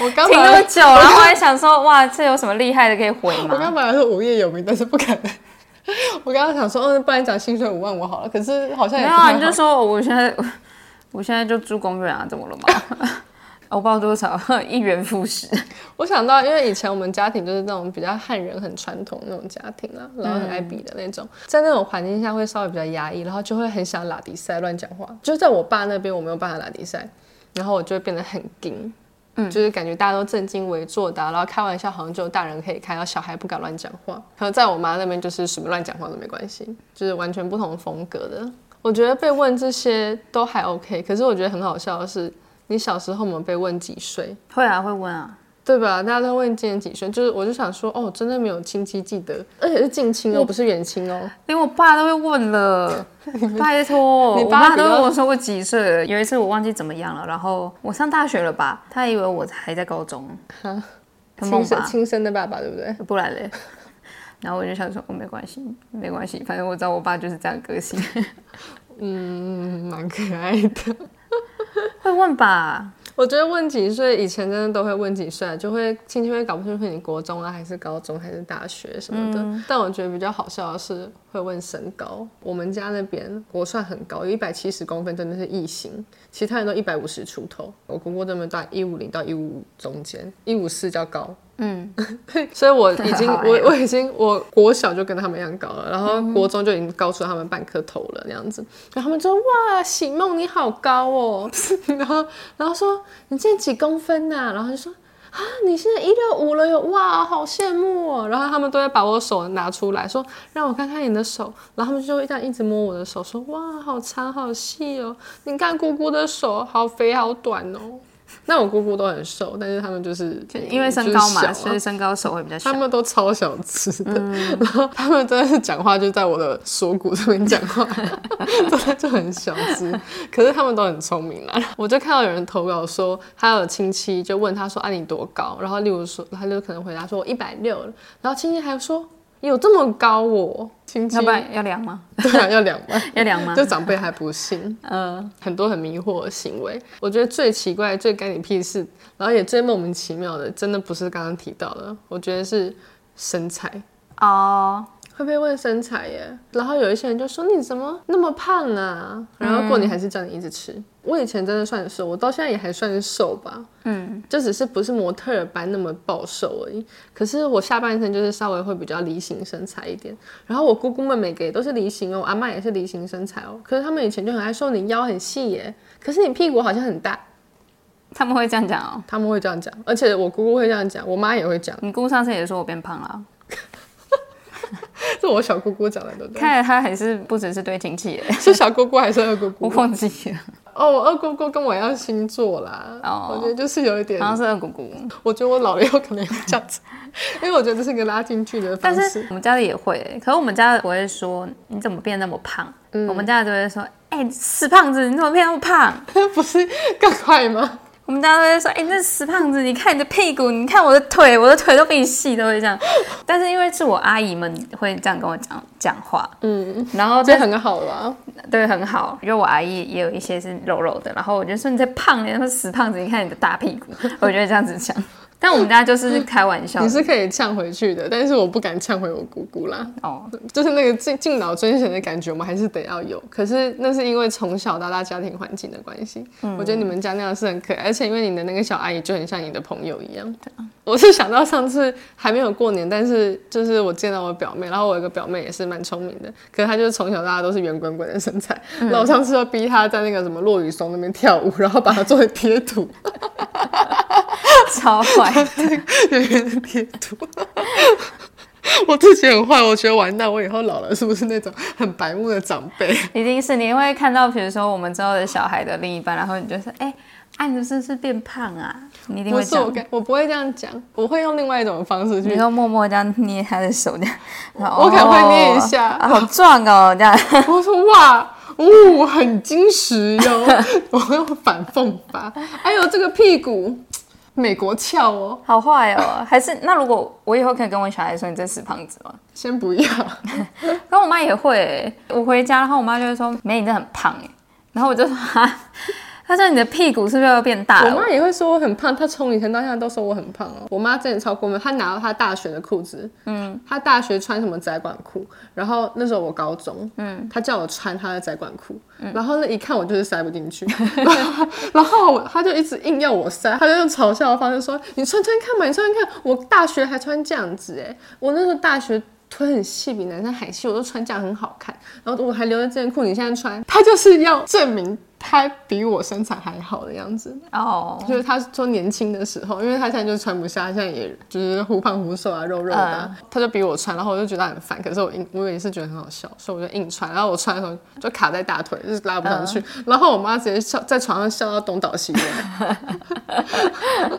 Speaker 1: 我刚
Speaker 2: 听
Speaker 1: 本
Speaker 2: 那
Speaker 1: 来
Speaker 2: 么久，然后我也想说，哇，这有什么厉害的可以回
Speaker 1: 我
Speaker 2: 吗？
Speaker 1: 刚本来是无业游民，但是不敢。 我刚刚想说，嗯，不然讲薪水五万我好了，可是好像
Speaker 2: 没
Speaker 1: 也
Speaker 2: 有
Speaker 1: 不
Speaker 2: 啊，
Speaker 1: 太
Speaker 2: 你
Speaker 1: 好
Speaker 2: 就说我现在，我现在就住公园啊，怎么了 嘛？我报多少？一元复始。
Speaker 1: 我想到，因为以前我们家庭就是那种比较汉人、很传统那种家庭啦，然后很爱比的那种，在那种环境下会稍微比较压抑，然后就会很想拉迪赛乱讲话。就是在我爸那边，我没有办法拉迪赛，然后我就会变得很硬。就是感觉大家都正襟危坐的啊、然后开玩笑好像只有大人可以开，然后小孩不敢乱讲话。可能在我妈那边就是什么乱讲话都没关系，就是完全不同风格的。我觉得被问这些都还 OK，可是我觉得很好笑的是，你小时候我们被问几岁，
Speaker 2: 会啊，会问啊。
Speaker 1: 对吧？大家都问你今年几岁，就是我就想说，哦，真的没有亲戚记得，而且是近亲哦，不是远亲哦。
Speaker 2: 连我爸都会问 了，拜托，
Speaker 1: 你
Speaker 2: 我
Speaker 1: 爸
Speaker 2: 爸
Speaker 1: 比
Speaker 2: 都
Speaker 1: 较
Speaker 2: 问我说我几岁了。有一次我忘记怎么样了，然后我上大学了吧，他以为我还在高中，很
Speaker 1: 亲
Speaker 2: 猛
Speaker 1: 生
Speaker 2: 吧？
Speaker 1: 亲生的爸爸，对不对？
Speaker 2: 不然嘞？ 然后我就想说，哦，没关系，没关系，反正我知道我爸就是这样个 性，
Speaker 1: 嗯，蛮可爱的。
Speaker 2: 会问吧？
Speaker 1: 我觉得问几岁以前真的都会问几岁，啊就会亲戚会搞不清楚你国中啊还是高中还是大学什么的。但我觉得比较好笑的是会问身高。我们家那边我算很高，有一百七十公分，真的是异形，其他人都一百五十出头。我姑姑那边大一五零到一五五中间，一五四叫高。
Speaker 2: 嗯，
Speaker 1: 所以我已经，
Speaker 2: 好嗯哎
Speaker 1: 我我已经，我国小就跟他们一样高了，然后国中就已经高出他们半颗头了那样子。然后他们说：“哇，喜梦你好高哦。” 然后然后说：“你现在几公分呐、然后就说：“啊，你现在一六五了哟，哇，好羡慕哦。”然后他们都会把我手拿出来说：“让我看看你的手。”然后他们就会这样一直摸我的手，说：“哇，好长好细哦，你看姑姑的手好肥好短哦。”那我姑姑都很瘦，但是他们就是
Speaker 2: 就因为身高
Speaker 1: 就是
Speaker 2: 嘛，
Speaker 1: 小啊
Speaker 2: 所以身高手会比较小
Speaker 1: 他。们都超小吃的，然后他们真的是讲话就在我的锁骨这边讲 话，真的就很小吃。可是他们都很聪明啦。我就看到有人投稿说，他有亲戚就问他说：“啊，你多高？”然后例如说，他就可能回答说：“我一百六。”然后亲戚还说：“有这么高哦？”亲戚
Speaker 2: 要不然要量吗？
Speaker 1: 对啊，要两万。
Speaker 2: 要量吗？
Speaker 1: 就长辈还不信，
Speaker 2: 呃，
Speaker 1: 很多很迷惑的行为。我觉得最奇怪、最干你屁事，然后也最莫名其妙的，真的不是刚刚提到的，我觉得是身材。
Speaker 2: 哦，
Speaker 1: 会被问身材耶，然后有一些人就说你怎么那么胖啊？然后过年还是叫你一直吃。我以前真的算瘦，我到现在也还算瘦吧，
Speaker 2: 嗯，
Speaker 1: 就只是不是模特儿般那么暴瘦而已。可是我下半身就是稍微会比较梨形身材一点。然后我姑姑们每个也都是梨形哦，我阿妈也是梨形身材哦。可是他们以前就很爱说你腰很细耶，可是你屁股好像很大。
Speaker 2: 他们会这样讲哦。
Speaker 1: 他们会这样讲，而且我姑姑会这样讲，我妈也会讲，
Speaker 2: 你姑上次也说我变胖了，啊
Speaker 1: 这我小姑姑讲的，对不对？
Speaker 2: 看来她还是不只是对亲戚耶，
Speaker 1: 是小姑姑还是二姑姑
Speaker 2: 我？忘记了，
Speaker 1: 哦，我二姑姑跟我一样星座啦，
Speaker 2: 哦
Speaker 1: 我觉得就是有一点
Speaker 2: 好，像是二姑姑。
Speaker 1: 我觉得我老了以后可能也会这样子，因为我觉得这是一个拉近距离的方
Speaker 2: 但
Speaker 1: 式
Speaker 2: 是。我们家里也会耶，可是我们家不会说你怎么变那么胖，我们家都会说，哎、死胖子，你怎么变那么胖？
Speaker 1: 不是更快吗？
Speaker 2: 我们家都会说，哎、那死胖子，你看你的屁股，你看我的腿，我的腿都比你细，都会这样。但是因为是我阿姨们会这样跟我讲讲话，
Speaker 1: 嗯，
Speaker 2: 然后
Speaker 1: 这
Speaker 2: 对
Speaker 1: 很好啦。
Speaker 2: 对很好，因为我阿姨也有一些是肉肉的，然后我就说你在胖，你他妈死胖子，你看你的大屁股，我就会这样子讲。但我们家就是开玩笑
Speaker 1: 你是可以呛回去的，但是我不敢呛回我姑姑啦，
Speaker 2: 哦，
Speaker 1: 就是那个敬敬老尊贤的感觉，我们还是得要有。可是那是因为从小到大家庭环境的关系，我觉得你们家那样是很可爱，而且因为你的那个小阿姨就很像你的朋友一样。我是想到上次还没有过年，但是就是我见到我表妹，然后我有个表妹也是蛮聪明的，可是她就是从小到大都是圆滚滚的身材。那、我上次就逼她在那个什么落雨松那边跳舞，然后把它作为贴图，
Speaker 2: 超坏。
Speaker 1: 圆圆的贴图。 我自己很坏，我觉得完蛋，我以后老了是不是那种很白目的长辈？
Speaker 2: 一定是你会看到，比如说我们之后的小孩的另一半，然后你就说，哎、啊，你是不是变胖啊？你一定
Speaker 1: 不
Speaker 2: 会
Speaker 1: 是
Speaker 2: 这样
Speaker 1: 我，跟，我不会这样讲，我会用另外一种方式
Speaker 2: 你
Speaker 1: 去。
Speaker 2: 会默默这样捏他的手，这样，然后
Speaker 1: 嗯我可能会
Speaker 2: 哦
Speaker 1: 捏一下
Speaker 2: 啊好壮哦，这样。
Speaker 1: 我说哇，哦，很矜持哟， 我会用反讽法。哎呦，这个屁股，美国翘哦，
Speaker 2: 好坏哦，还是那如果我以后可以跟我小孩说你这死胖子吗？
Speaker 1: 先不要。
Speaker 2: 然后我妈也会欸、我回家，然后我妈就会说，没，你真的很胖哎、然后我就说，哈，她说你的屁股是不是要变大
Speaker 1: 我
Speaker 2: 了
Speaker 1: 妈？也会说我很胖，她从以前到现在都说我很胖哦。我妈之前超过分，她拿到她大学的裤子，嗯，她大学穿什么窄管裤，然后那时候我高中，嗯，她叫我穿她的窄管裤，然后那一看我就是塞不进去， 然后然后我她就一直硬要我塞，她就用嘲笑的方式说你穿穿看嘛，你穿穿看，我大学还穿这样子哎，我那时候大学。腿很细，比男生还细，我都穿这样很好看。然后我还留着这件裤，你现在穿，她就是要证明她比我身材还好的样子。
Speaker 2: 哦，
Speaker 1: 就是他说年轻的时候，因为他现在就穿不下，现在也就是忽胖忽瘦啊，肉肉的啊、
Speaker 2: 嗯
Speaker 1: 他就逼我穿，然后我就觉得很烦。可是我硬，我也是觉得很好笑，所以我就硬穿。然后我穿的时候就卡在大腿，就是拉不上去。
Speaker 2: 嗯
Speaker 1: 然后我妈直接笑，在床上笑到东倒 西歪。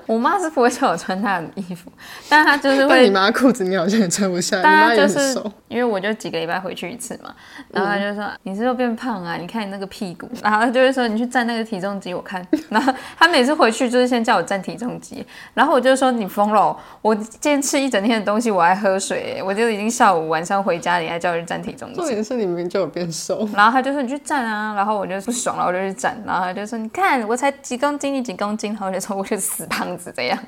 Speaker 2: 我妈是不会叫我穿她的衣服，但她就是
Speaker 1: 但
Speaker 2: 会
Speaker 1: 你妈裤子你好像也穿不下，你
Speaker 2: 大
Speaker 1: 妈也
Speaker 2: 家就
Speaker 1: 很
Speaker 2: 是
Speaker 1: 瘦。嗯
Speaker 2: 因为我就几个礼拜回去一次嘛，然后他就说、你是不是变胖啊？你看你那个屁股，然后他就就说你去站那个体重机，我看。然后他每次回去就是先叫我站体重机，然后我就说你疯了哦，我今天吃一整天的东西，我还喝水，欸我就已经下午晚上回家，你还叫我去站体重
Speaker 1: 重
Speaker 2: 机。
Speaker 1: 点是你明明就有变瘦，
Speaker 2: 然后他就说你去站啊，然后我就不爽了，我就去站，然后他就说你看我才几公斤，你几公斤，然后我就说我就是死胖子这样。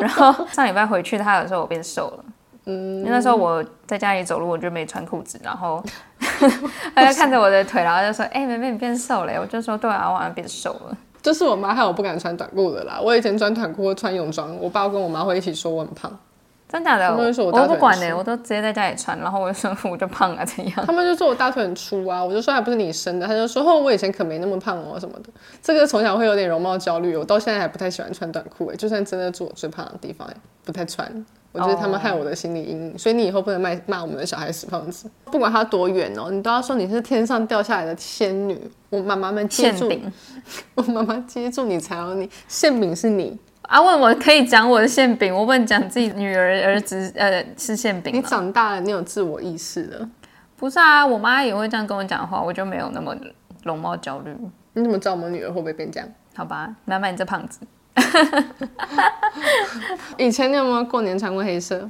Speaker 2: 然后上礼拜回去，他有说我变瘦 了。
Speaker 1: 嗯
Speaker 2: 因为那时候我在家里走路，我就没穿裤子，然后他就看着我的腿，然后就说：“哎、妹妹你变瘦了耶。”我就说：“对啊，我好像变瘦了。
Speaker 1: 就是我妈害我不敢穿短裤的啦。我以前穿短裤或穿泳装，我爸跟我妈会一起说我很胖，”
Speaker 2: 真假的？
Speaker 1: 他们会说我
Speaker 2: 我
Speaker 1: 大腿
Speaker 2: 都不管
Speaker 1: 很
Speaker 2: 呢、
Speaker 1: 粗
Speaker 2: 我都直接在家里穿，然后我就说我就胖啊，怎 样？
Speaker 1: 他们就说我大腿很粗啊，我就说还不是你生的，他就说哦我以前可没那么胖哦什么的。这个从小会有点容貌焦虑，哦我到现在还不太喜欢穿短裤哎、就算真的住我最胖的地方、哎，不太穿。我觉得他们害我的心理阴
Speaker 2: 哦
Speaker 1: 影所以你以后不能骂骂我们的小孩死胖子，不管他多远哦，你都要说你是天上掉下来的仙女。我妈妈们接
Speaker 2: 馅
Speaker 1: 住，
Speaker 2: 饼
Speaker 1: 我妈妈接住你才有你，馅饼是你，
Speaker 2: 啊？问我可以讲我的馅饼，我不能讲自己女儿儿子呃吃馅饼
Speaker 1: 你
Speaker 2: 吗？
Speaker 1: 长大了，你有自我意识了，
Speaker 2: 不是啊，我妈也会这样跟我讲话，我就没有那么容貌焦虑，
Speaker 1: 你怎么知道我们女儿会不会变这样？
Speaker 2: 好吧？妈妈，你这胖子，
Speaker 1: 以前你有没有过年穿过黑色？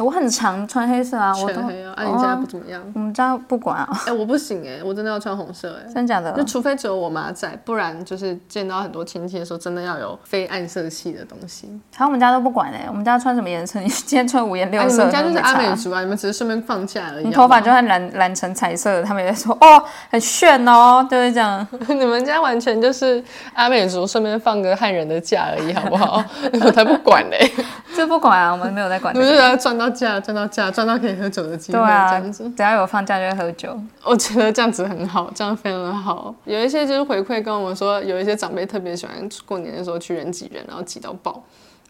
Speaker 2: 我很常穿黑色啊，我都
Speaker 1: 全黑啊？啊，你现在不怎么样？
Speaker 2: 我们家不管啊，
Speaker 1: 哎、我不行哎、我真的要穿红色哎、
Speaker 2: 真假的
Speaker 1: 就？除非只有我妈在，不然就是见到很多亲戚的时候，真的要有非暗色系的东西。
Speaker 2: 还有我们家都不管哎、我们家穿什么颜色，你 今天穿五颜
Speaker 1: 啊，
Speaker 2: 六
Speaker 1: 你
Speaker 2: 色，
Speaker 1: 们家就是
Speaker 2: 都没差
Speaker 1: 阿美族啊，你们只是顺便放假而已。
Speaker 2: 你
Speaker 1: 好
Speaker 2: 头
Speaker 1: 不好
Speaker 2: 发就算染染成彩色的，他们也说哦很炫哦，就是这样。
Speaker 1: 你们家完全就是阿美族，顺便放个汉人的假而已，好不 好？我才不管嘞、
Speaker 2: 这不管啊，我们没有在管
Speaker 1: 你
Speaker 2: 的。
Speaker 1: 们就要赚到假，赚到假，赚到可以喝酒的机会，
Speaker 2: 对
Speaker 1: 这
Speaker 2: 啊，
Speaker 1: 样子。
Speaker 2: 只要有放假就会喝酒。
Speaker 1: 我觉得这样子很好，这样非常的好。有一些就是回馈跟我们说，有一些长辈特别喜欢过年的时候去人挤人，然后挤到爆。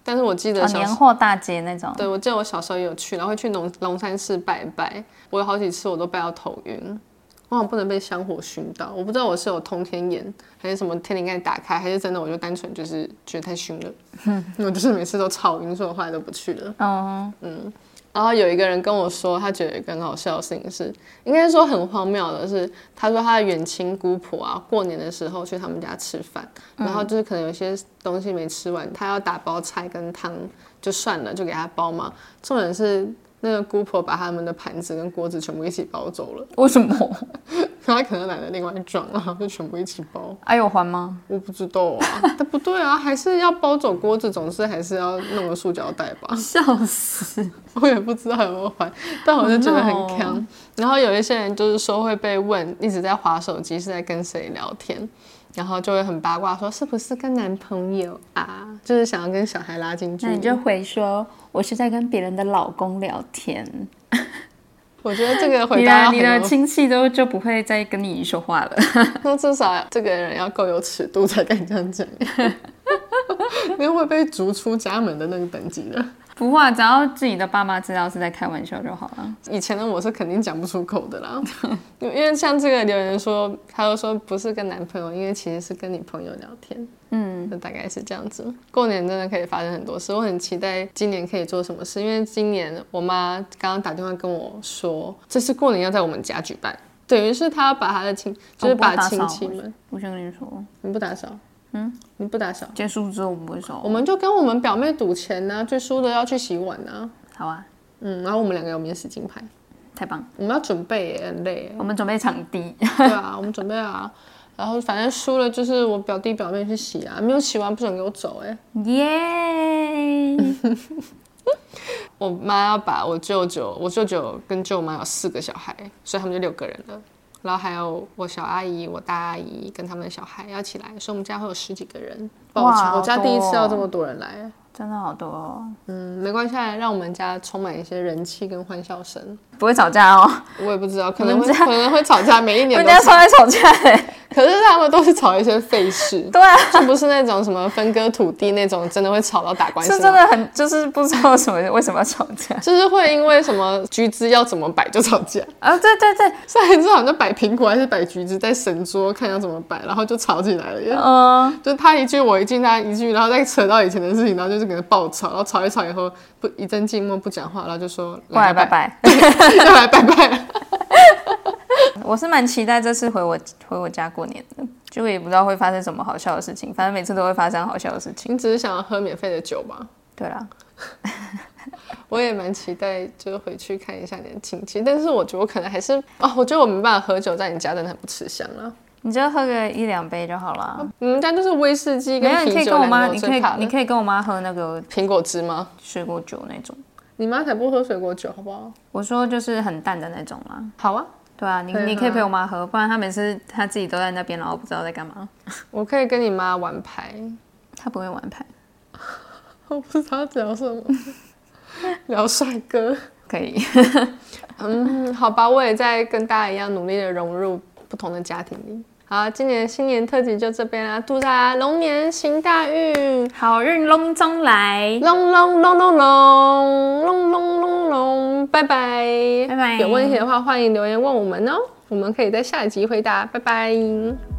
Speaker 1: 但是我记得
Speaker 2: 哦，
Speaker 1: 小
Speaker 2: 年
Speaker 1: 时
Speaker 2: 货大街那种，
Speaker 1: 对，我记得我小时候也有去，然后会去龙龙山寺拜拜，我有好几次我都拜到头晕，我好像不能被香火熏到，我不知道我是有通天眼还是什么天灵盖打开，还是真的我就单纯就是觉得太熏了，我就是每次都超晕，所以我后来都不去了。
Speaker 2: 嗯，
Speaker 1: 然后有一个人跟我说，他觉得有一个很好笑的事情是，应该说很荒谬的是，他说他的远亲姑婆啊，过年的时候去他们家吃饭，然后就是可能有些东西没吃完，他要打包菜跟汤，就算了，就给他包嘛。重点是那个姑婆把他们的盘子跟锅子全部一起包走了，
Speaker 2: 为什么？
Speaker 1: 然后他可能懒得另外装，然后就全部一起包。
Speaker 2: 啊，有还吗？
Speaker 1: 我不知道啊， 但不对啊，还是要包走锅子，总是还是要弄个塑胶袋吧。
Speaker 2: 笑死！
Speaker 1: 我也不知道有没有还，但我就觉得很
Speaker 2: 好闹哦
Speaker 1: 坑。然后有一些人就是说会被问一直在划手机是在跟谁聊天，然后就会很八卦说是不是跟男朋友啊，就是想要跟小孩拉近距
Speaker 2: 那你
Speaker 1: 离。
Speaker 2: 就回说，我是在跟别人的老公聊天。
Speaker 1: 我觉得这个回
Speaker 2: 你
Speaker 1: 答
Speaker 2: 的
Speaker 1: 要
Speaker 2: 你的
Speaker 1: 很有，
Speaker 2: 亲戚都就不会再跟你说话了。
Speaker 1: 那至少这个人要够有尺度才敢这样讲。 你会被逐出家门的那个等级的。
Speaker 2: 不会啊，只要自己的爸妈知道是在开玩笑就好了。
Speaker 1: 以前的我是肯定讲不出口的啦，因为像这个留言说，他就说不是跟男朋友，因为其实是跟你朋友聊天。
Speaker 2: 嗯，
Speaker 1: 就大概是这样子。过年真的可以发生很多事，我很期待今年可以做什么事，因为今年我妈刚刚打电话跟我说，这次过年要在我们家举办，等于是她要把她的亲，就是把亲戚
Speaker 2: 哦我不会打
Speaker 1: 们，
Speaker 2: 我想跟你说，
Speaker 1: 你不打扫，嗯，你不打扫，
Speaker 2: 结束之后我们不会
Speaker 1: 我
Speaker 2: 说，
Speaker 1: 们就跟我们表妹赌钱呐、最输的要去洗碗呐、
Speaker 2: 好啊，
Speaker 1: 嗯，然后我们两个有免死金牌，
Speaker 2: 太棒了！
Speaker 1: 我们要准备耶，很 累耶，
Speaker 2: 我们准备场 地，
Speaker 1: 对啊，我们准备啊。然后反正输了就是我表弟表妹去洗啊，没有洗完不准给我走哎、
Speaker 2: 耶！
Speaker 1: 我妈要把我舅舅，我舅舅跟舅妈有四个小孩，所以他们就六个人了。然后还有我小阿姨、我大阿姨跟他们的小孩要起来，所以我们家会有十几个人。
Speaker 2: 哇
Speaker 1: 抱歉，我家
Speaker 2: 好多
Speaker 1: 第
Speaker 2: 哦
Speaker 1: 一次要这么多人来。
Speaker 2: 真的好多、哦，
Speaker 1: 嗯，没关系，让我们家充满一些人气跟欢笑声。
Speaker 2: 不会吵架 哦，
Speaker 1: 我也不知道，可能会可能会吵架，每一
Speaker 2: 我
Speaker 1: 年
Speaker 2: 们
Speaker 1: 都
Speaker 2: 家
Speaker 1: 吵
Speaker 2: 超爱吵架 哎，
Speaker 1: 可是他们都是吵一些废事，
Speaker 2: 对啊，
Speaker 1: 就不是那种什么分割土地那种，真的会吵到打官司
Speaker 2: 是
Speaker 1: 那
Speaker 2: 真
Speaker 1: 种。
Speaker 2: 的很就是不知道什么为什么要吵 架
Speaker 1: 就是会因为什么橘子要怎么摆就吵架。
Speaker 2: 啊？对对对，
Speaker 1: 上一次好像就摆苹果还是摆橘子，在神桌看要怎么摆，然后就吵起来了耶。
Speaker 2: 嗯、
Speaker 1: 就他一句我一句，他一句，然后再扯到以前的事情，然后就是跟他爆吵，然后吵一吵以后不一阵静默不讲话，然后就说
Speaker 2: 过来拜，拜。
Speaker 1: 要来拜拜。
Speaker 2: 我是蛮期待这次回我回我家过年的，就也不知道会发生什么好笑的事情，反正每次都会发生好笑的事情。
Speaker 1: 你只是想要喝免费的酒吧？
Speaker 2: 对啦，
Speaker 1: 我也蛮期待，就是回去看一下你的亲戚，但是我觉得我可能还是哦，我觉得我没办法喝酒，在你家真的很不吃香啊。
Speaker 2: 你就喝个一两杯就好了。
Speaker 1: 你们家就是威士忌跟
Speaker 2: 没有，你可
Speaker 1: 啤
Speaker 2: 以
Speaker 1: 酒
Speaker 2: 跟我
Speaker 1: 两
Speaker 2: 妈，
Speaker 1: 个我
Speaker 2: 你可
Speaker 1: 最
Speaker 2: 以
Speaker 1: 怕，
Speaker 2: 你
Speaker 1: 的。
Speaker 2: 可以跟我妈喝那个
Speaker 1: 苹果汁吗？
Speaker 2: 水果酒那种。
Speaker 1: 你妈才不喝水果酒，好不好？
Speaker 2: 我说就是很淡的那种啦。
Speaker 1: 好啊，
Speaker 2: 对啊，你
Speaker 1: 可以
Speaker 2: 你可以
Speaker 1: 喝
Speaker 2: 陪我妈喝，不然她每次她自己都在那边，然后不知道在干嘛。
Speaker 1: 我可以跟你妈玩牌。
Speaker 2: 她不会玩牌，
Speaker 1: 我不知道聊什么， 聊帅哥。
Speaker 2: 可以。
Speaker 1: 嗯，好吧，我也在跟大家一样努力的融入不同的家庭里。好，今年新年特辑就这边啦，祝大家龙年行大运，
Speaker 2: 好运隆中来，
Speaker 1: 隆隆隆隆隆隆隆隆隆，拜拜
Speaker 2: 拜拜
Speaker 1: 有问题的话，欢迎留言问我们哦，我们可以在下一集回答。拜拜。